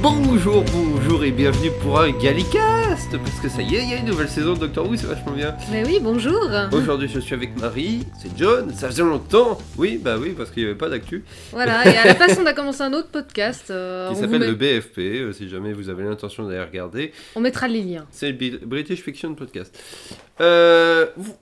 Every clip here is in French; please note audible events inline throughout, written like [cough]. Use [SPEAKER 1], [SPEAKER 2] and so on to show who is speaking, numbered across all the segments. [SPEAKER 1] Bonjour, bonjour et bienvenue pour un Gallicast Parce que ça y est, il y a une nouvelle saison de Doctor Who, c'est vachement bien.
[SPEAKER 2] Mais oui, bonjour
[SPEAKER 1] Aujourd'hui, je suis avec Marie, c'est John, ça faisait longtemps Oui, bah oui, parce qu'il n'y avait pas d'actu.
[SPEAKER 2] Voilà, et à la place, on a commencé un autre podcast. euh,
[SPEAKER 1] Qui
[SPEAKER 2] on,
[SPEAKER 1] s'appelle
[SPEAKER 2] vous met-
[SPEAKER 1] le BFP, euh, si jamais vous avez l'intention d'aller regarder.
[SPEAKER 2] on mettra les liens.
[SPEAKER 1] C'est le Bi- British Fiction Podcast. Euh, vous-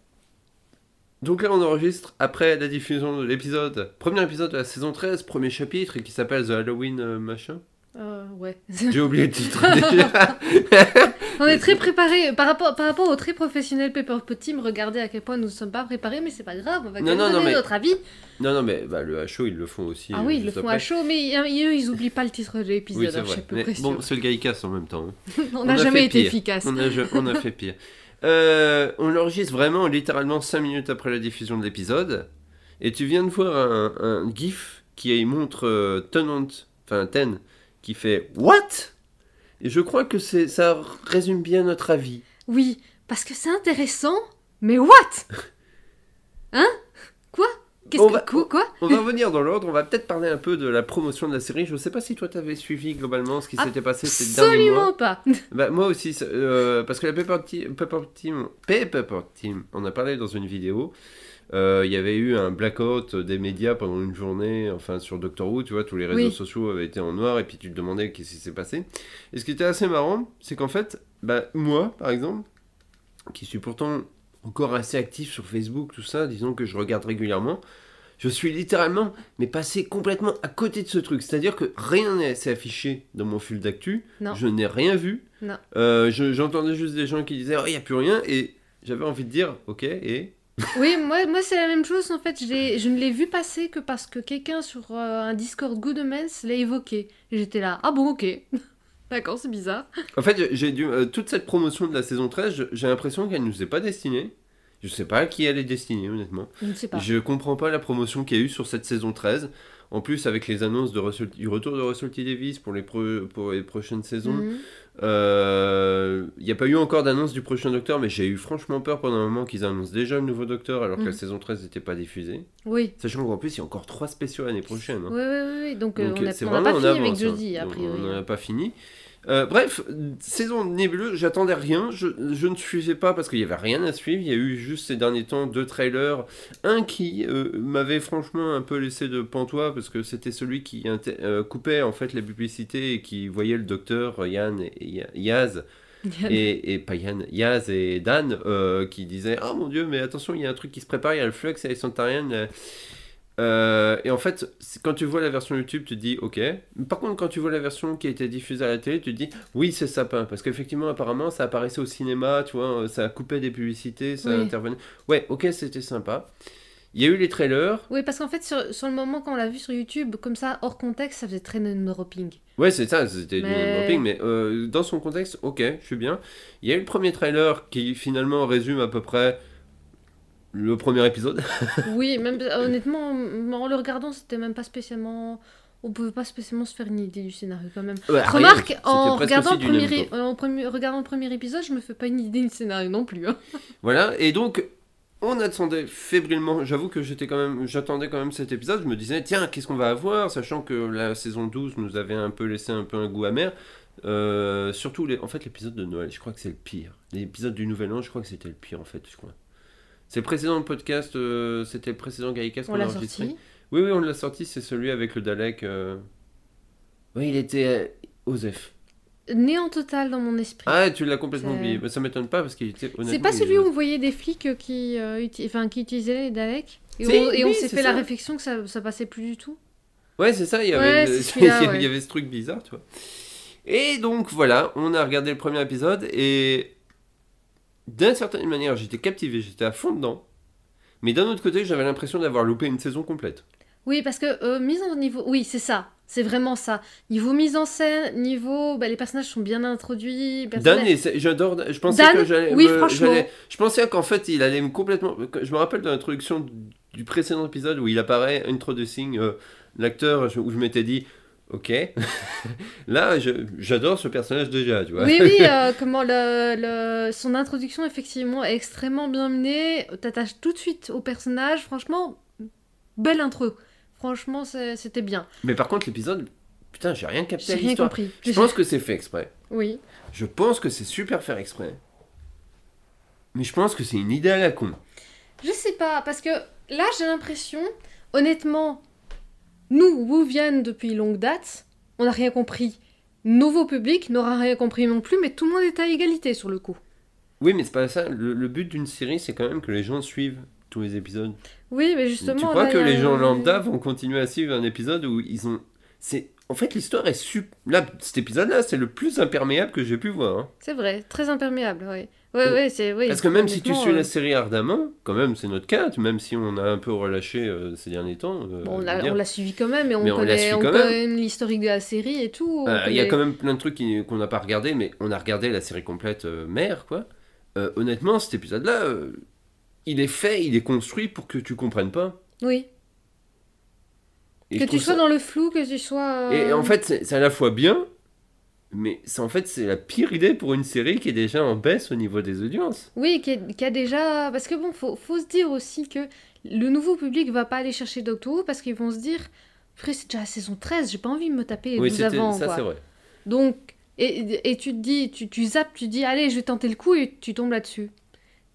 [SPEAKER 1] Donc là, on enregistre après la diffusion de l'épisode, premier épisode de la saison 13, premier chapitre, qui s'appelle The Halloween euh, machin.
[SPEAKER 2] Euh, ouais.
[SPEAKER 1] J'ai oublié le titre déjà.
[SPEAKER 2] [laughs] on est très préparés. Par rapport, par rapport au très professionnel Pepper Team, regardez à quel point nous ne sommes pas préparés, mais c'est pas grave, on va quand
[SPEAKER 1] Non,
[SPEAKER 2] même
[SPEAKER 1] non, non,
[SPEAKER 2] donner
[SPEAKER 1] mais-
[SPEAKER 2] notre avis.
[SPEAKER 1] non, non, mais bah, le HO, ils le font aussi.
[SPEAKER 2] ah
[SPEAKER 1] euh,
[SPEAKER 2] oui, ils le
[SPEAKER 1] juste
[SPEAKER 2] font
[SPEAKER 1] après.
[SPEAKER 2] à chaud, mais euh, eux, ils oublient pas le titre de l'épisode,
[SPEAKER 1] Oui, c'est
[SPEAKER 2] alors je
[SPEAKER 1] vrai.
[SPEAKER 2] suis peu
[SPEAKER 1] Mais
[SPEAKER 2] près
[SPEAKER 1] bon,
[SPEAKER 2] sûre.
[SPEAKER 1] c'est le Gaïkas en même temps. hein.
[SPEAKER 2] [laughs] On
[SPEAKER 1] on
[SPEAKER 2] n'a
[SPEAKER 1] a
[SPEAKER 2] jamais
[SPEAKER 1] fait
[SPEAKER 2] été
[SPEAKER 1] pire.
[SPEAKER 2] efficace.
[SPEAKER 1] On a, je- on a fait
[SPEAKER 2] [laughs]
[SPEAKER 1] pire. Euh, on l'enregistre vraiment littéralement 5 minutes après la diffusion de l'épisode. Et tu viens de voir un, un gif qui montre euh, Tennant, enfin Ten, qui fait What Et je crois que c'est ça résume bien notre avis.
[SPEAKER 2] Oui, parce que c'est intéressant,
[SPEAKER 1] [laughs]
[SPEAKER 2] mais what Hein Quoi Qu'est-ce
[SPEAKER 1] On
[SPEAKER 2] que...
[SPEAKER 1] va-
[SPEAKER 2] Quoi, quoi
[SPEAKER 1] On
[SPEAKER 2] [laughs]
[SPEAKER 1] va revenir dans l'ordre, on va peut-être parler un peu de la promotion de la série. Je sais pas si toi t'avais suivi globalement ce qui
[SPEAKER 2] Ah,
[SPEAKER 1] s'était passé ces derniers mois.
[SPEAKER 2] Absolument pas
[SPEAKER 1] Bah, moi aussi, ça- euh, parce que la Pepper Team, Pepper Team, Pepper Team, on a parlé dans une vidéo. euh, Il y avait eu un blackout des médias pendant une journée, enfin sur Doctor Who, tu vois, tous les réseaux
[SPEAKER 2] Oui.
[SPEAKER 1] sociaux avaient été en noir et puis tu te demandais qu'est-ce qui s'est passé. Et ce qui était assez marrant, c'est qu'en fait, bah, moi, par exemple, qui suis pourtant encore assez actif sur Facebook, tout ça, disons que je regarde régulièrement, je suis littéralement, mais passé complètement à côté de ce truc. C'est-à-dire que rien n'est assez affiché dans mon fil d'actu.
[SPEAKER 2] Non.
[SPEAKER 1] Je n'ai rien vu.
[SPEAKER 2] Non.
[SPEAKER 1] Euh, je- J'entendais juste des gens qui disaient, oh, il n'y a plus rien. Et j'avais envie de dire, ok, et
[SPEAKER 2] Oui, moi, moi c'est la même chose en fait. Je, l'ai- je ne l'ai vu passer que parce que quelqu'un sur euh, un Discord Goodemans l'a évoqué. Et J'étais là, ah bon, ok. [laughs] D'accord, c'est bizarre.
[SPEAKER 1] En fait, j'ai dû, euh, toute cette promotion de la saison 13, je- j'ai l'impression qu'elle ne nous est pas destinée. Je sais pas à qui elle est destinée, honnêtement.
[SPEAKER 2] Je ne sais pas.
[SPEAKER 1] Je comprends pas la promotion qu'il y a eu sur cette saison 13. En plus, avec les annonces de Russell- du retour de Russell T. Davis pour les, pro- pour les prochaines saisons,
[SPEAKER 2] Mhm.
[SPEAKER 1] Euh, Il n'y a pas eu encore d'annonce du prochain Docteur, mais j'ai eu franchement peur pendant un moment qu'ils annoncent déjà le nouveau Docteur alors que la
[SPEAKER 2] Mhm.
[SPEAKER 1] saison 13 n'était pas diffusée.
[SPEAKER 2] Oui.
[SPEAKER 1] Sachant qu'en plus, il y a encore trois spéciaux l'année prochaine. hein.
[SPEAKER 2] Oui, oui, oui, oui. Donc, euh,
[SPEAKER 1] Donc,
[SPEAKER 2] on n'a
[SPEAKER 1] c'est
[SPEAKER 2] on n'a
[SPEAKER 1] vraiment
[SPEAKER 2] pas
[SPEAKER 1] en
[SPEAKER 2] fini avec
[SPEAKER 1] avance, hein.
[SPEAKER 2] jeudi, a
[SPEAKER 1] Donc,
[SPEAKER 2] priori.
[SPEAKER 1] On n'en
[SPEAKER 2] [laughs]
[SPEAKER 1] a pas fini. Euh, bref, saison nébuleuse, j'attendais rien, je, je ne suivais pas parce qu'il n'y avait rien à suivre. Il y a eu juste ces derniers temps deux trailers. Un qui euh, m'avait franchement un peu laissé de pantois parce que c'était celui qui inté- euh, coupait en fait la publicité et qui voyait le docteur Yann et, et Yaz et, et pas Yann, Yaz et Dan euh, qui disaient Oh mon dieu, mais attention, il y a un truc qui se prépare, il y a le flux et les Santariennes. euh. Euh, et en fait, c'est- quand tu vois la version YouTube, tu te dis ok. Par contre, quand tu vois la version qui a été diffusée à la télé, tu te dis oui, c'est sapin. Parce qu'effectivement, apparemment, ça apparaissait au cinéma, tu vois, euh, ça coupait des publicités, ça
[SPEAKER 2] Oui.
[SPEAKER 1] intervenait. Ouais, ok, c'était sympa. Il y a eu les trailers.
[SPEAKER 2] Oui, parce qu'en fait, sur, sur le moment, quand on l'a vu sur YouTube, comme ça, hors contexte, ça faisait
[SPEAKER 1] [laughs]
[SPEAKER 2] très non-dropping.
[SPEAKER 1] Ouais, c'est ça, c'était du
[SPEAKER 2] Mais-
[SPEAKER 1] name-dropping, mais euh, dans son contexte, ok, je suis bien. Il y a eu le premier trailer qui finalement résume à peu près le premier épisode. [laughs]
[SPEAKER 2] Oui, même honnêtement, en en le regardant, c'était même pas spécialement. On pouvait pas spécialement se faire une idée du scénario quand même.
[SPEAKER 1] Ouais,
[SPEAKER 2] Remarque,
[SPEAKER 1] rien,
[SPEAKER 2] en
[SPEAKER 1] Ah c'était presque
[SPEAKER 2] regardant,
[SPEAKER 1] aussi
[SPEAKER 2] le
[SPEAKER 1] du name
[SPEAKER 2] premier,
[SPEAKER 1] drop.
[SPEAKER 2] é- en premier- regardant le premier épisode, je me fais pas une idée du scénario non plus. hein.
[SPEAKER 1] Voilà, et donc on attendait fébrilement, j'avoue que j'étais quand même, j'attendais quand même cet épisode, je me disais, tiens, qu'est-ce qu'on va avoir, sachant que la saison 12 nous avait un peu laissé un peu un goût amer. Euh, surtout, les, en fait, l'épisode de Noël, je crois que c'est le pire. L'épisode du Nouvel An, je crois que c'était le pire, en fait, je crois. C'est le précédent podcast, euh, c'était le précédent Gaïkas
[SPEAKER 2] On
[SPEAKER 1] qu'on a
[SPEAKER 2] l'a
[SPEAKER 1] enregistré.
[SPEAKER 2] sorti.
[SPEAKER 1] Oui, oui, on l'a sorti, c'est celui avec le Dalek. euh. Oui, il était euh, Osef.
[SPEAKER 2] Néant total dans mon esprit.
[SPEAKER 1] Ah, tu l'as complètement
[SPEAKER 2] C'est-
[SPEAKER 1] oublié. Bah, ça m'étonne pas parce qu'il était honnêtement.
[SPEAKER 2] c'est pas
[SPEAKER 1] il-
[SPEAKER 2] celui où on voyait des flics euh, qui, euh, uti- enfin, qui utilisaient les Daleks et,
[SPEAKER 1] Si,
[SPEAKER 2] on, et on
[SPEAKER 1] oui,
[SPEAKER 2] s'est
[SPEAKER 1] c'est
[SPEAKER 2] fait la
[SPEAKER 1] ça.
[SPEAKER 2] réflexion que ça, ça passait plus du tout.
[SPEAKER 1] Ouais, c'est ça, il y avait,
[SPEAKER 2] Ouais,
[SPEAKER 1] le- [laughs]
[SPEAKER 2] c'est celui-là,
[SPEAKER 1] il y avait- il
[SPEAKER 2] ouais.
[SPEAKER 1] y avait ce truc bizarre, tu vois. Et donc, voilà, on a regardé le premier épisode et. D'une certaine manière, j'étais captivé, j'étais à fond dedans. Mais d'un autre côté, j'avais l'impression d'avoir loupé une saison complète.
[SPEAKER 2] Oui, parce que euh, mise en niveau. Oui, c'est ça. C'est vraiment ça. Niveau mise en scène, niveau. bah, les personnages sont bien introduits. les
[SPEAKER 1] Dan,
[SPEAKER 2] personnages-
[SPEAKER 1] et c'est- j'adore. Je pensais
[SPEAKER 2] Dan,
[SPEAKER 1] que j'allais.
[SPEAKER 2] oui,
[SPEAKER 1] me-
[SPEAKER 2] franchement.
[SPEAKER 1] j'allais- Je pensais qu'en fait, il allait me complètement. Je me rappelle de l'introduction du précédent épisode où il apparaît introducing euh, l'acteur je- où je m'étais dit. Ok, [laughs] là je- j'adore ce personnage déjà, tu vois.
[SPEAKER 2] Oui,
[SPEAKER 1] [laughs]
[SPEAKER 2] oui, euh, comment le, le- son introduction, effectivement, est extrêmement bien menée. T'attaches tout de suite au personnage. Franchement, belle intro. Franchement, c'est- c'était bien.
[SPEAKER 1] Mais par contre, l'épisode Putain, j'ai rien capté
[SPEAKER 2] J'ai
[SPEAKER 1] à
[SPEAKER 2] rien
[SPEAKER 1] l'histoire.
[SPEAKER 2] compris.
[SPEAKER 1] Je
[SPEAKER 2] J'ai-
[SPEAKER 1] pense que c'est fait exprès.
[SPEAKER 2] Oui.
[SPEAKER 1] Je pense que c'est super faire exprès. Mais je pense que c'est une idée à la con.
[SPEAKER 2] Je sais pas, parce que là, j'ai l'impression, honnêtement, nous, Wouvian, depuis longue date, on n'a rien compris. Nouveau public n'aura rien compris non plus, mais tout le monde est à égalité sur le coup.
[SPEAKER 1] Oui, mais c'est pas ça. Le, le but d'une série, c'est quand même que les gens suivent tous les épisodes.
[SPEAKER 2] Oui, mais
[SPEAKER 1] Tu
[SPEAKER 2] justement.
[SPEAKER 1] crois
[SPEAKER 2] là,
[SPEAKER 1] que
[SPEAKER 2] il y a-
[SPEAKER 1] les gens lambda vont continuer à suivre un épisode où ils ont. C'est. En fait, l'histoire est sup. Là, cet épisode-là, c'est le plus imperméable que j'ai pu voir. hein.
[SPEAKER 2] C'est vrai, très imperméable, oui. Ouais, ouais, c'est. oui,
[SPEAKER 1] Parce que même si tu
[SPEAKER 2] honnêtement,
[SPEAKER 1] suis
[SPEAKER 2] euh,
[SPEAKER 1] la série ardemment, quand même, c'est notre cas, même si on a un peu relâché euh, ces derniers temps. euh,
[SPEAKER 2] bon, on
[SPEAKER 1] je veux
[SPEAKER 2] l'a
[SPEAKER 1] dire.
[SPEAKER 2] on l'a suivi quand même, et on
[SPEAKER 1] Mais on la
[SPEAKER 2] connaît
[SPEAKER 1] suit
[SPEAKER 2] on
[SPEAKER 1] quand
[SPEAKER 2] connaît l'historique de la série et tout. on
[SPEAKER 1] Euh, Il y a
[SPEAKER 2] connaît-
[SPEAKER 1] quand même plein de trucs qui- qu'on n'a pas regardé, mais on a regardé la série complète euh, Mère, quoi. Euh, honnêtement, cet épisode-là, euh, il est fait, il est construit pour que tu comprennes pas.
[SPEAKER 2] Oui.
[SPEAKER 1] Et
[SPEAKER 2] que
[SPEAKER 1] je
[SPEAKER 2] tu
[SPEAKER 1] trouve
[SPEAKER 2] sois
[SPEAKER 1] ça-
[SPEAKER 2] dans le flou, que tu sois. euh,
[SPEAKER 1] Et en fait, c'est c'est à la fois bien, mais c'est en fait c'est la pire idée pour une série qui est déjà en baisse au niveau des audiences.
[SPEAKER 2] Oui, qui a, qui a déjà. Parce que bon, faut, faut se dire aussi que le nouveau public va pas aller chercher Doctor Who parce qu'ils vont se dire Après, c'est déjà la saison 13, j'ai pas envie de me taper les
[SPEAKER 1] oui,
[SPEAKER 2] 12
[SPEAKER 1] c'était-
[SPEAKER 2] avant.
[SPEAKER 1] ça
[SPEAKER 2] quoi.
[SPEAKER 1] c'est vrai.
[SPEAKER 2] Donc, et, et tu te dis, tu, tu zappes, tu dis Allez, je vais tenter le coup et tu tombes là-dessus.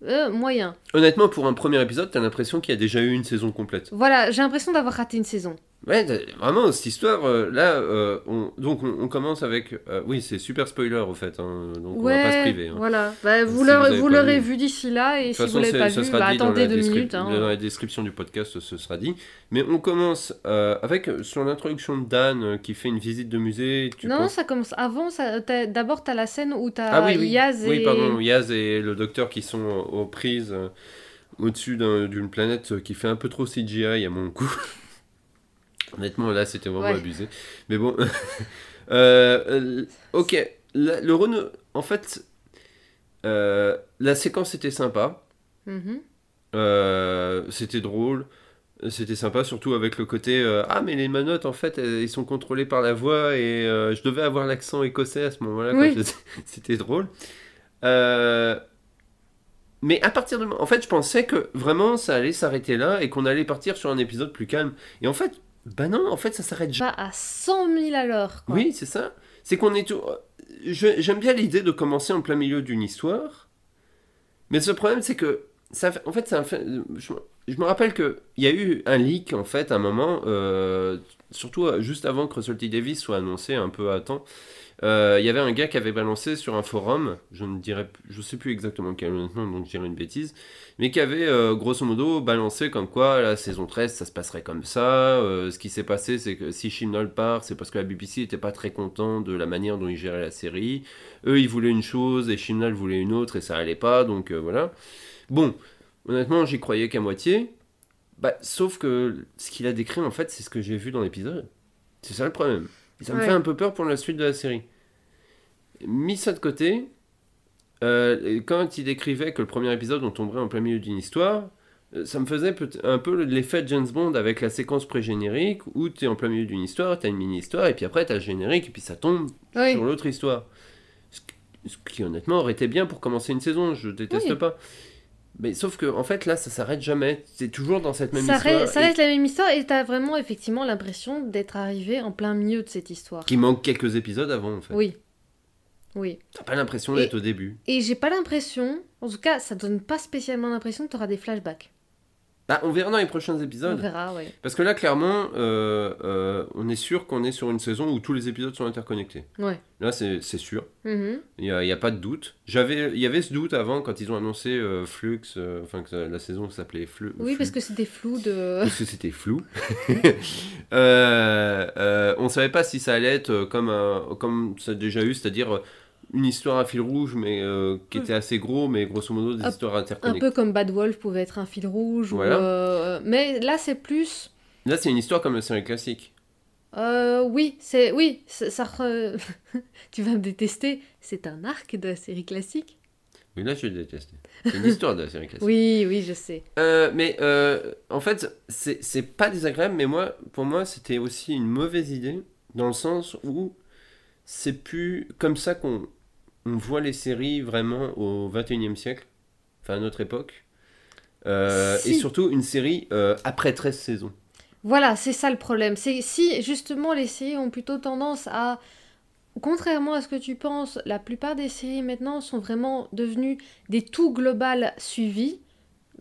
[SPEAKER 2] Euh, moyen.
[SPEAKER 1] Honnêtement, pour un premier épisode, t'as l'impression qu'il y a déjà eu une saison complète.
[SPEAKER 2] Voilà, j'ai l'impression d'avoir raté une saison.
[SPEAKER 1] Ouais, t'as- vraiment, cette histoire, euh, là, euh, on, donc on, on commence avec... euh, oui, c'est super spoiler, au fait, hein, donc on va pas se priver. hein.
[SPEAKER 2] voilà. Bah, vous
[SPEAKER 1] Si vous
[SPEAKER 2] l'aurez
[SPEAKER 1] avez
[SPEAKER 2] vous
[SPEAKER 1] pas
[SPEAKER 2] l'aurez
[SPEAKER 1] vu.
[SPEAKER 2] vu d'ici là, et
[SPEAKER 1] De toute
[SPEAKER 2] si vous
[SPEAKER 1] façon,
[SPEAKER 2] l'avez
[SPEAKER 1] c'est-
[SPEAKER 2] pas
[SPEAKER 1] ça
[SPEAKER 2] vu,
[SPEAKER 1] sera
[SPEAKER 2] bah,
[SPEAKER 1] dit dans
[SPEAKER 2] attendez
[SPEAKER 1] la
[SPEAKER 2] deux
[SPEAKER 1] descrip-
[SPEAKER 2] minutes. hein.
[SPEAKER 1] Dans la description du podcast, ce sera dit. Mais on commence euh, avec euh, sur l'introduction de Dan euh, qui fait une visite de musée. Tu
[SPEAKER 2] Non,
[SPEAKER 1] penses-
[SPEAKER 2] ça commence avant. ça- t'as- D'abord, t'as la scène où t'as
[SPEAKER 1] Ah oui, oui.
[SPEAKER 2] Yaz et.
[SPEAKER 1] Oui, pardon, Yaz et le docteur qui sont euh, aux prises euh, au-dessus d'un- d'une planète euh, qui fait un peu trop CGI à mon goût. [laughs] Honnêtement, là, c'était vraiment
[SPEAKER 2] Ouais.
[SPEAKER 1] abusé. Mais bon. [laughs] euh, euh, ok. La- le Renault. En fait, euh, la séquence était sympa.
[SPEAKER 2] Mhm.
[SPEAKER 1] Euh, c'était drôle. C'était sympa, surtout avec le côté euh, Ah, mais les manottes, en fait, elles- ils sont contrôlés par la voix et euh, je devais avoir l'accent écossais à ce moment-là. quoi.
[SPEAKER 2] Oui.
[SPEAKER 1] Je- [laughs] C'était drôle. Euh, Mais à partir de. En fait, je pensais que vraiment ça allait s'arrêter là et qu'on allait partir sur un épisode plus calme. Et en fait, bah non, en fait, ça s'arrête
[SPEAKER 2] va à 100 000 à l'heure. quoi.
[SPEAKER 1] oui, c'est ça. C'est qu'on est tout. Je- J'aime bien l'idée de commencer en plein milieu d'une histoire, mais ce problème, c'est que ça. fait- En fait, ça fait. Je, je me rappelle que il y a eu un leak en fait à un moment, euh, surtout euh, juste avant que Russell T Davis soit annoncé un peu à temps. euh, Il y avait un gars qui avait balancé sur un forum, je ne dirais, je sais plus exactement quel honnêtement, donc je dirais une bêtise, mais qui avait euh, grosso modo balancé comme quoi la saison 13 ça se passerait comme ça. euh, ce qui s'est passé, c'est que si Chibnall part, c'est parce que la BBC n'était pas très content de la manière dont ils géraient la série. Eux ils voulaient une chose et Chibnall voulait une autre et ça allait pas, donc euh, voilà. Bon, honnêtement, j'y croyais qu'à moitié. Bah, sauf que ce qu'il a décrit en fait, c'est ce que j'ai vu dans l'épisode. C'est ça le problème. Ça me
[SPEAKER 2] Ouais.
[SPEAKER 1] fait un peu peur pour la suite de la série. Mis ça de côté, euh, quand il décrivait que le premier épisode on tomberait en plein milieu d'une histoire, euh, ça me faisait peut- un peu l'effet de James Bond avec la séquence pré-générique où tu es en plein milieu d'une histoire, tu as une mini-histoire et puis après tu as le générique et puis ça tombe
[SPEAKER 2] Oui.
[SPEAKER 1] sur l'autre histoire. Ce qui- ce qui honnêtement aurait été bien pour commencer une saison, je déteste
[SPEAKER 2] Oui.
[SPEAKER 1] pas. Mais sauf que en fait là ça s'arrête jamais, c'est toujours dans cette même
[SPEAKER 2] ça
[SPEAKER 1] histoire.
[SPEAKER 2] reste, ça
[SPEAKER 1] et-
[SPEAKER 2] reste la même histoire et t'as vraiment effectivement l'impression d'être arrivé en plein milieu de cette histoire.
[SPEAKER 1] Qui manque quelques épisodes avant en fait.
[SPEAKER 2] Oui. Oui.
[SPEAKER 1] T'as pas l'impression
[SPEAKER 2] Et-
[SPEAKER 1] d'être au début.
[SPEAKER 2] Et j'ai pas l'impression, en tout cas, ça donne pas spécialement l'impression que t'auras des flashbacks.
[SPEAKER 1] Bah on verra dans les prochains
[SPEAKER 2] On
[SPEAKER 1] épisodes.
[SPEAKER 2] verra, ouais.
[SPEAKER 1] Parce que là, clairement, euh, euh, on est sûr qu'on est sur une saison où tous les épisodes sont interconnectés.
[SPEAKER 2] Ouais.
[SPEAKER 1] Là, c'est c'est sûr.
[SPEAKER 2] Mhm.
[SPEAKER 1] Il n'y a, il y a pas de doute. J'avais- Il y avait ce doute avant quand ils ont annoncé euh, Flux, euh, enfin que ça- la saison s'appelait Flux.
[SPEAKER 2] Oui, parce que c'était flou de.
[SPEAKER 1] Parce que c'était flou. [laughs] Euh, euh, on savait pas si ça allait être euh, comme, un- comme ça a déjà eu, c'est-à-dire euh, une histoire à fil rouge, mais euh, qui était assez gros, mais grosso modo des
[SPEAKER 2] Mm. Un-
[SPEAKER 1] histoires
[SPEAKER 2] Un
[SPEAKER 1] interconnectées.
[SPEAKER 2] peu comme Bad Wolf pouvait être un fil rouge.
[SPEAKER 1] Voilà.
[SPEAKER 2] Ou euh, Mais là, c'est plus.
[SPEAKER 1] Là, c'est une histoire comme la série classique.
[SPEAKER 2] euh, oui, c'est. Oui, c'est- ça. re- [laughs] tu vas me détester. C'est un arc de la série classique.
[SPEAKER 1] Mais là, je déteste. C'est une histoire de la série classique.
[SPEAKER 2] Oui, oui, je sais.
[SPEAKER 1] Euh, mais euh, en fait, c'est c'est pas désagréable, mais moi, pour moi, c'était aussi une mauvaise idée, dans le sens où c'est plus comme ça qu'on on voit les séries vraiment au 21e siècle, enfin à notre époque, Euh,
[SPEAKER 2] Si.
[SPEAKER 1] et surtout une série euh, après 13 saisons.
[SPEAKER 2] Voilà, c'est ça le problème. C'est si justement les séries ont plutôt tendance à, contrairement à ce que tu penses, la plupart des séries maintenant sont vraiment devenues des tout globales suivis.